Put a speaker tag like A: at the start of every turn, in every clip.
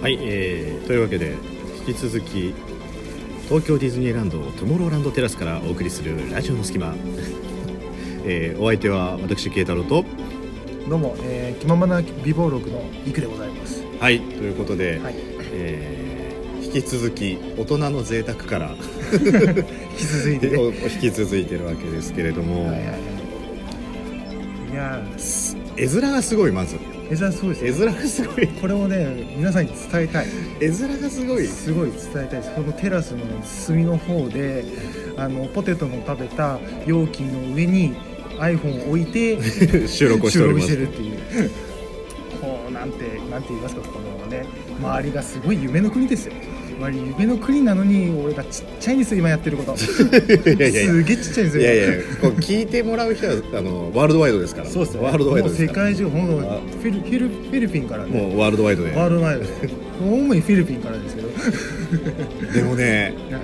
A: はい、えーというわけで引き続き東京ディズニーランドトゥモローランドテラスからお送りするラジオの隙間、 えーお相手は私慶太郎と
B: どうも、えー、気ままな美貌録のいくでございます。
A: はいということで、
B: はい、
A: えー引き続き大人の贅沢から
B: 引き続いてね。
A: お引き続いてるわけですけれども、
B: はいはいはい。いや
A: す絵面がすごいまず
B: ー、江沢すごい
A: 絵
B: ですね。
A: 面がすごい
B: これをね、皆さんに伝えたい。
A: 絵面がすごい
B: すごい伝えたいです。このテラスの隅の方で、あのポテトの食べた容器の上に iPhone を置いて
A: 収録をしてお
B: 収
A: りま
B: 録して
A: す
B: るっていう。こうなんてなんて言いますかこのね、周りがすごい夢の国ですよ。周り夢の国なのに俺がちっちゃいんですよ今やってること。
A: いやいやいや
B: すげえちっちゃいんです
A: い
B: よ。
A: やいや、こう聞いてもらう人はあのワールドワイドですから。
B: そうですね。
A: ワールドワイドで
B: もう
A: す
B: 世
A: から。
B: 界中、ほんとフ
A: あ
B: ィリフィリフィリピンからね。
A: もうワールドワイド
B: ワー
A: で。
B: ルドワイドで。主にフィリピンからですけど。
A: でもね、
B: はい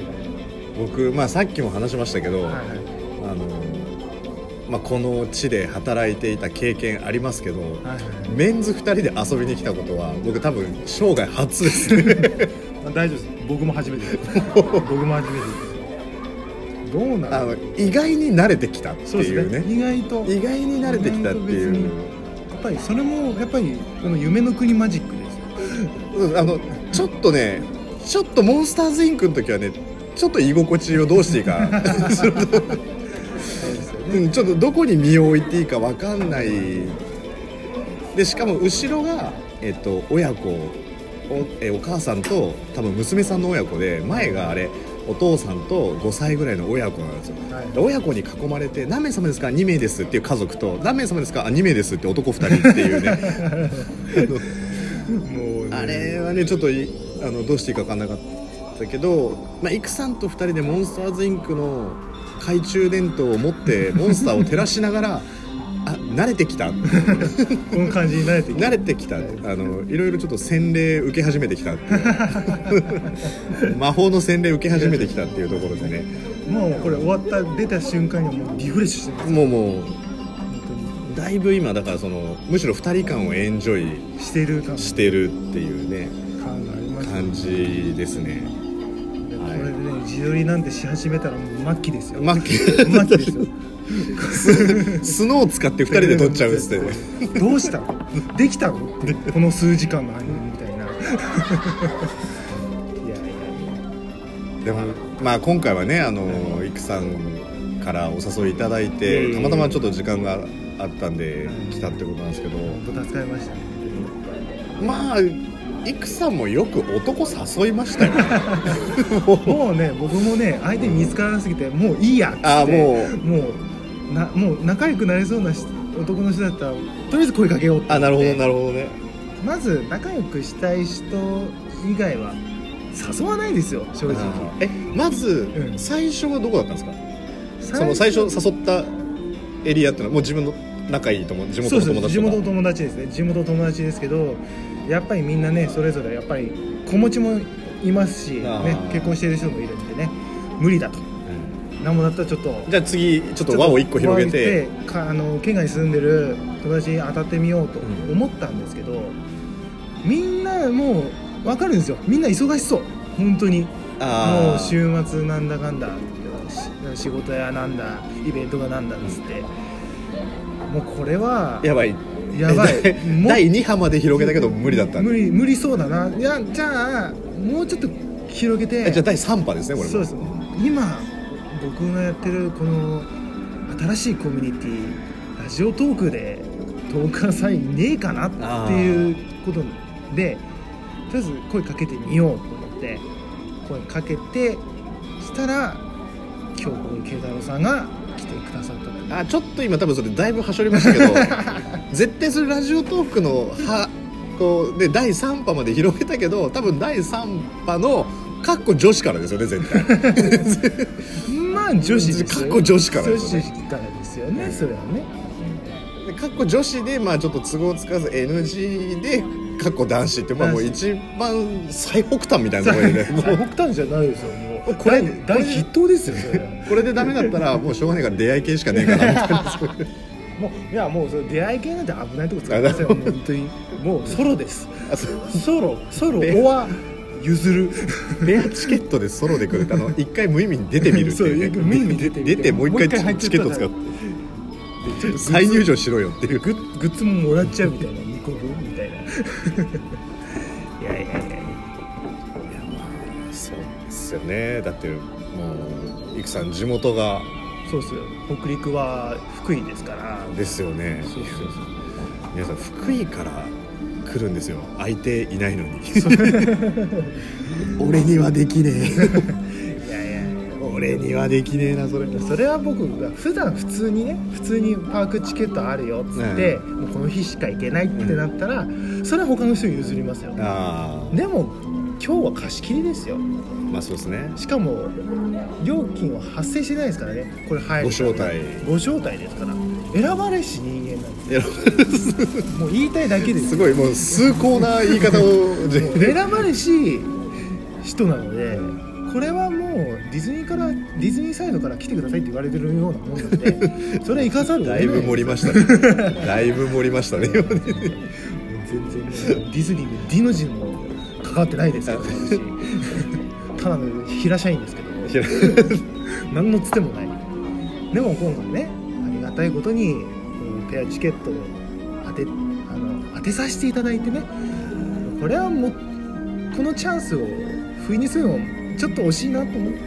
A: 僕まあさっきも話しましたけど、
B: はい
A: あのまあこの地で働いていた経験ありますけど、
B: はいはい
A: メンズ二人で遊びに来たことは僕多分生涯初です ね。
B: まあ大丈夫です。僕も初めて です。僕も初めてです。どうな
A: あ
B: の
A: の意外に慣れてきたって
B: そうで
A: いう
B: す
A: ね
B: ね。。意外と。
A: 意外に慣れてきたってい
B: 意外と
A: う。
B: 別にやっぱりそれもやっぱりこの夢の国マジックですよ。
A: うんあのちょっとね、ちょっとモンスターズインクの時はね、ちょっと居心地をどうしていいか。
B: そうですよね。
A: うん、ちょっとどこに身を置いていいかわかんないでしかも後ろが、えっと、親子おえお母さんと多分娘さんの親子で前があれお父さんと5歳ぐらいの親子なんですよ
B: はい
A: で親子に囲まれて「何名様ですか ?2 名です」っていう家族と「何名様ですかあ ?2 名です」って男2人っていうね
B: もうね
A: あれはねちょっといあのどうしていいか分かんなかったけど、まあ、イクさんと2人でモンスターズインクの懐中電灯を持ってモンスターを照らしながらあ慣れてきた
B: この感じに慣れてきて
A: 慣れてきたあのいろいろちょっと洗礼受け始めてきたっていう魔法の洗礼受け始めてきたっていうところでね
B: もうこれ終わった出た瞬間にはもうリフレッシュしてます。
A: もうもう
B: 本当に
A: だいぶ今だからそのむしろ2人間をエンジョ
B: してる感
A: イ
B: じ
A: してるっていうね
B: 感がありますよね
A: 感じですね。
B: で
A: はい
B: これでね自撮りなんてし始めたらもう末期ですよ
A: まあ
B: 末期ですよ
A: スノーを使って2人で撮っちゃうっつって
B: どうしたのできた のってこの数時間の間にみたいないやいやい
A: でもまあ今回はねあのいくさんからお誘いいただいて
B: うん
A: たまたまちょっと時間があったんで
B: うん
A: 来たってことなんですけど
B: や本当助かりましたね
A: まあいくさんもよく男誘いました よ
B: もうね僕もね相手に見つからなすぎてもういいやっつって
A: ああもう
B: もうなもう仲良くなれそうなし男の人だったらとりあえず声かけようって
A: あなるほどなるほどね
B: まず仲良くしたい人以外は誘わないですよ正直
A: あーえまず
B: うん
A: 最初はどこだったんですかその最初誘ったエリアってのはもう自分の仲いい友地元
B: そう
A: の
B: そう
A: 友達
B: 地
A: とか
B: 元の友達ですね地元の友達ですけどやっぱりみんなねそれぞれやっぱり子持ちもいますし、
A: あ
B: ね
A: ー、
B: 結婚してる人もいるんでね無理だと
A: うん
B: 何もだったらちょっと
A: じゃあ次ちょっと輪を一個広げて
B: 輪を一個広げてかあの県外に住んでる友達に当たってみようと
A: うん
B: 思ったんですけど、みんなもう分かるんですよみんな忙しそう本当に
A: あー
B: もう週末なんだかんだし仕事やなんだイベントがなんだっつってもうこれは
A: やばい
B: やばいも う
A: 第2波まで広げたけど無理だった
B: 無理無理そうだないやじゃあもうちょっと広げて
A: えじゃあ第3波ですねこれも
B: そうです今僕のやってるこの新しいコミュニティラジオトークでトーカーさんいねえかなっていうことでとりあえず声かけてみようと思って声かけてしたら今日この慶太郎さんが来てくださったの
A: あちょっと今多分それだいぶはしょりましたけ ど絶対それラジオトークのはこうで第3波まで広げたけど多分第3波のかっこ女子からですよね絶対
B: まあ女子ですよ
A: かっこ女子からですよ
B: 女子からですよねそれはね
A: でかっこ女子でまあちょっと都合つかず NG でかっこ男子ってまあもう一番最北端みたいなところでね もう
B: 北端じゃないですよもう
A: これ
B: 大大筆頭ですよそれ
A: これでダメだったらもうしょうがないから出会い系しかねえかなみたいな
B: もういやもうそれ出会い系なんて危ないとこ使ってくださいよもう本当にもうソロです
A: あそう
B: ソロソロ
A: で
B: オア譲る
A: レアチケットでソロで来るってあの一回無意味に出てみるっていう,、
B: そう無意味に出てみて
A: 出てもう一回
B: もう一回入って
A: チケット使う
B: ちょっと
A: 再入場しろよっていう
B: グッグッズももらっちゃうみたいな2個分みたいないやいやいやい
A: いやまあそうですよねだってもういくさん地元が
B: やそうっすよ北陸は福井ですから
A: ですよね
B: そうそうそう
A: 皆さん福井から来るんですよ相手いないのに 俺にはできね
B: いやいや
A: え 俺にはできねえなそれ
B: それは僕が普段普通にね普通にパークチケットあるよっつって、もうこの日しか行けないってなったら、それは他の人に譲りますよ
A: ああ
B: でも今日は貸し切りですよ
A: まあそうですね
B: しかも料金は発生してないですからねこれ入る
A: ご招待
B: ご招待ですから選ばれし人間なんで
A: いや
B: すもう言いたいだけです
A: す
B: よ
A: ごいもう崇高な言い方 を
B: もう選ばれし人なのでこれはもうディズニーからディズニーサイドから来てくださいって言われてるようなもんな んでそれは行かざるを得な
A: だ
B: い
A: いぶ盛りました ねだいぶ盛りま したね今ね
B: 全然ねディズニーに D の字も関わってないですけど私ただの平社員ですけど
A: いや
B: 何のつてもないでも今回ねありがたいことにこのペアチケットを当てあの当てさせていただいてねこれはもうこのチャンスを不意にするのもちょっと惜しいなと思って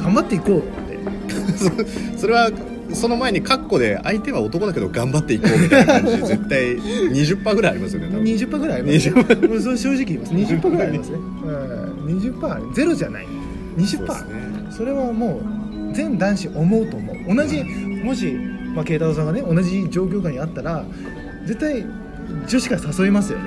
B: 頑張っていこうって
A: それはその前にカッコで相手は男だけど頑張っていこうみたい な感じ絶対20%ぐらいありますよね多分
B: 20%ぐらいあります、ね、うんそう正直言います20%ぐらいありますね、うん、20%あるゼロじゃない
A: そうで
B: 20%
A: すね
B: それはもう全男子思うと思う同じもし、まあ、慶太郎さんがね同じ状況下にあったら絶対女子から誘いますよ ね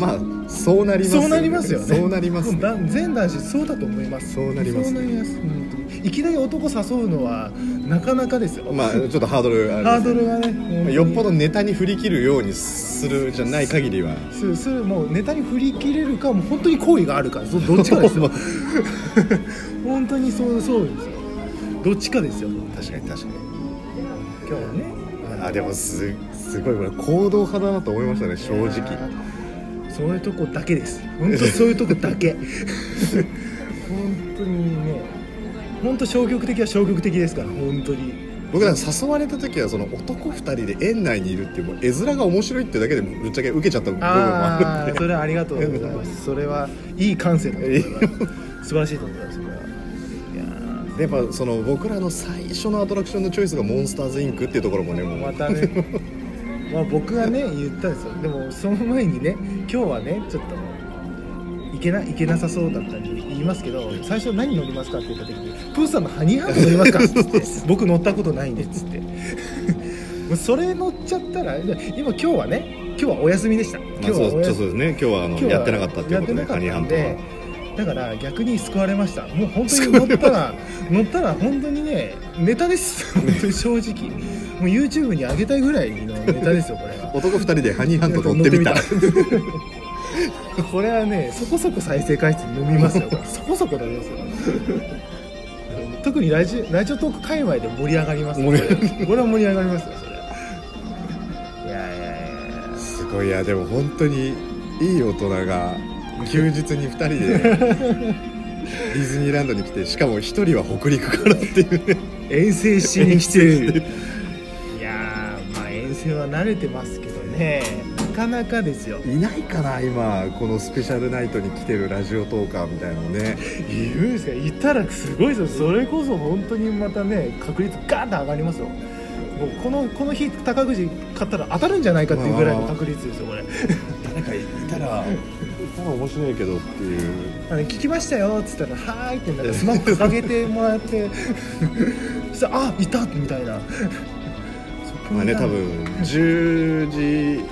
A: まあそうなりますよね
B: そうなりますよね
A: そうなりますね
B: だ全男子そうだと思います
A: そうなります
B: そうなります本当にいきなり男誘うのはなかなかですよ、
A: まあちょっとハードルあれ
B: ハードルがね本当に
A: よっぽどネタに振り切るようにするじゃない限りは
B: そうそうもうネタに振り切れるかもう本当に好意があるかどどっちかですよ 本当にそうそうですよどっちかですよ今
A: 確かに確かに
B: 日はね
A: あでもすすごいこれ行動派だなと思いましたね正
B: い
A: 直
B: やーそういうとこだけです本当そういうとこだけ本当にね本当消極的は消極的ですから本当に
A: 僕ら誘われた時はその男2人で園内にいるっていうもう絵面が面白いっていうだけでもぶっちゃけ受けちゃった部分もあ
B: あ
A: る
B: あ
A: ん
B: そ
A: で
B: れはありがとうございますそれはいい感性だと思います 素晴らしいと思いますそれはいやー
A: やっぱその僕らの最初のアトラクションのチョイスがモンスターズインクっていうところもねもう
B: また ねまあ僕がね言ったんですよでもその前にね今日はねちょっといけないけなさそうだったんで言いますけど最初何乗りますかって言った時に「プーさんのハニーハート乗りますか?」って 言って「僕乗ったことないんで」っつってもうそれ乗っちゃったらで今今日はね今日はお休みでした今日
A: まあ
B: は
A: そう
B: お
A: ちょ
B: 休
A: そうですね今日はあの
B: 今日は
A: やってなかったっていうことで
B: やってなか
A: カ
B: ったん
A: ニ
B: で
A: ハントは
B: だから逆に救われました もう本当に乗ったら乗ったら本当にねネタです本当に正直もう YouTube に上げたいぐらいのネタですよこれは
A: 男2人でハニーハント乗ってみた
B: 乗って みたこれはねそこそこ再生回数伸びますよこれそこそこ伸びますよ特にラジラジオトーク界隈で盛り上がりますよこれ
A: 盛り
B: これは盛り上がりますよそれいやいやいやいや
A: すごいいやでも本当にいい大人が休日に2人 でディズニーランドに来てしかも1人は北陸からっていうね
B: 遠征しに 来てるいやーまあ遠征は慣れてますけどねなかなかですよ
A: いないかな今このスペシャルナイトに来てるラジオトーカーみたいなのね
B: いるんですかいたらすごいですよそれこそ本当にまたね確率ガーンと上がりますよもうこのこの日宝くじ買ったら当たるんじゃないかっていうぐらいの確率ですよ これ
A: 誰かいたらいたら面白いけどっていう
B: あの聞きましたよっつったら「はーい」ってなんかスマップ上げてもらって そしたら「あいた!」みたいなそこ
A: まあ
B: にい
A: ね
B: た
A: 多分10時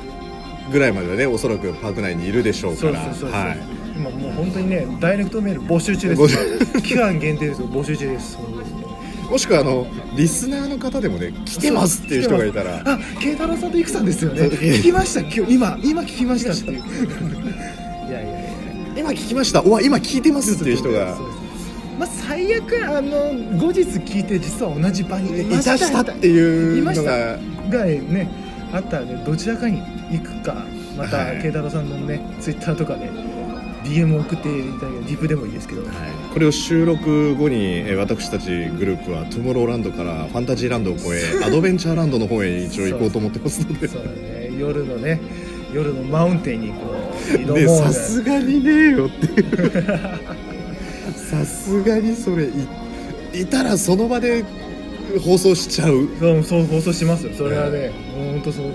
A: ぐらいまではねおそらくパーク内にいるでしょう
B: そ
A: か
B: う
A: ら
B: そうそうそう、
A: はい
B: 今もう本当にねダイレクトメール募集中で
A: 募
B: す期間限定ですよ募集中ですそうですね
A: もしくはあのリスナーの方でもね来てますっていう人がいたら
B: あ慶太郎さんと育さんですよね
A: そう
B: 聞きました今日今今聞きまし たっていういやいやいや
A: 今聞きましたおわ今聞いてますっていう人が
B: そうそうまあ、最悪あの後日聞いて実は同じ場にい
A: い
B: ました
A: たしたっていうのが
B: がねあったんでどちらかに行くかまた
A: はい
B: 慶太郎さんのねツイッターとかで DM を送っていただけるディープでもいいですけど
A: はいこれを収録後にえー私たちグループはトゥモローランドからファンタジーランドを越えアドベンチャーランドの方へ一応行こうと思ってますので
B: そうだね夜のね夜のマウンテンにこう挑もう
A: で
B: よ
A: さすがにねえよっていうさすがにそれいいたらその場で放送しちゃう
B: そうそう放送しますよそれはね
A: え
B: もう本当そう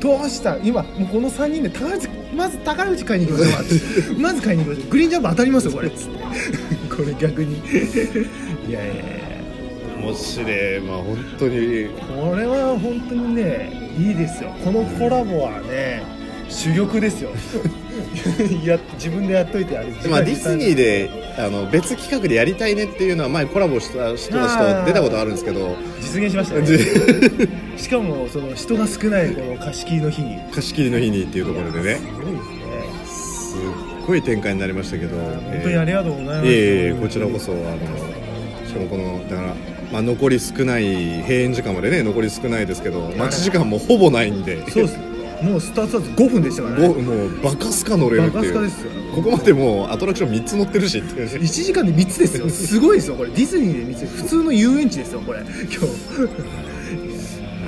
B: どうした今もうこの3人で宝くじまず宝くじ買いに行きましょうまず買いに行きましょうグリーンジャンプ当たりますよこれこれ逆にいやいやいや
A: 面白いまあ本当に
B: これは本当にねいいですよこのコラボはね 珠玉ですよ いや自分でやっといてあれ
A: まあ、ディズニー
B: ー
A: であの別企画でやりたいねっていうのは前コラボした人たちと出たことあるんですけど
B: 実現しましたね しかもその人が少ないこの貸し切りの日に
A: 貸し切りの日にっていうところでね
B: すごいですね
A: すっごい展開になりましたけど
B: 本当にありがとうございます、
A: えーいえいえこちらこそあのしかもこのだから、まあ、残り少ない閉園時間までね残り少ないですけど待ち時間もほぼないんで
B: そうですもうスタートは5分でしたから
A: ご
B: ね
A: もうバカスカ乗れるって
B: バ
A: い
B: カスカで
A: う
B: すよ
A: ここまでもうアトラクション3つ乗ってるしっていう
B: 1時間で3つですよすごいですよこれディズニーで3つ普通の遊園地ですよこれ今
A: ま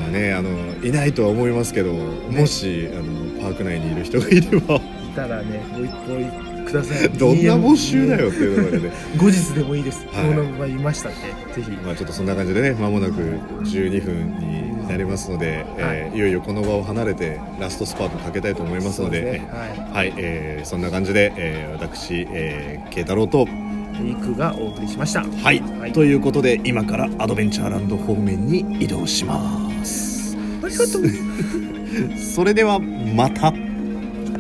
A: あね、あのいないとは思いますけど、もしあのパーク内にいる人がいれば
B: 日いたらねご一報ください
A: どんな
B: DM
A: 募集だよっていうところでね
B: 後日でもいいです。
A: はい
B: このままいましたって、ぜひ。
A: まあちょっとそんな感じでねまもなく12分になりますので、えーいよいよこの場を離れてラストスパートかけたいと思いますので
B: そうですねは
A: はい、えーそんな感じで、えー私、えー、慶太郎と
B: い、リクがお送りしました。
A: はい、
B: はい
A: ということで今からアドベンチャーランド方面に移動します
B: ありがとう。
A: それではまた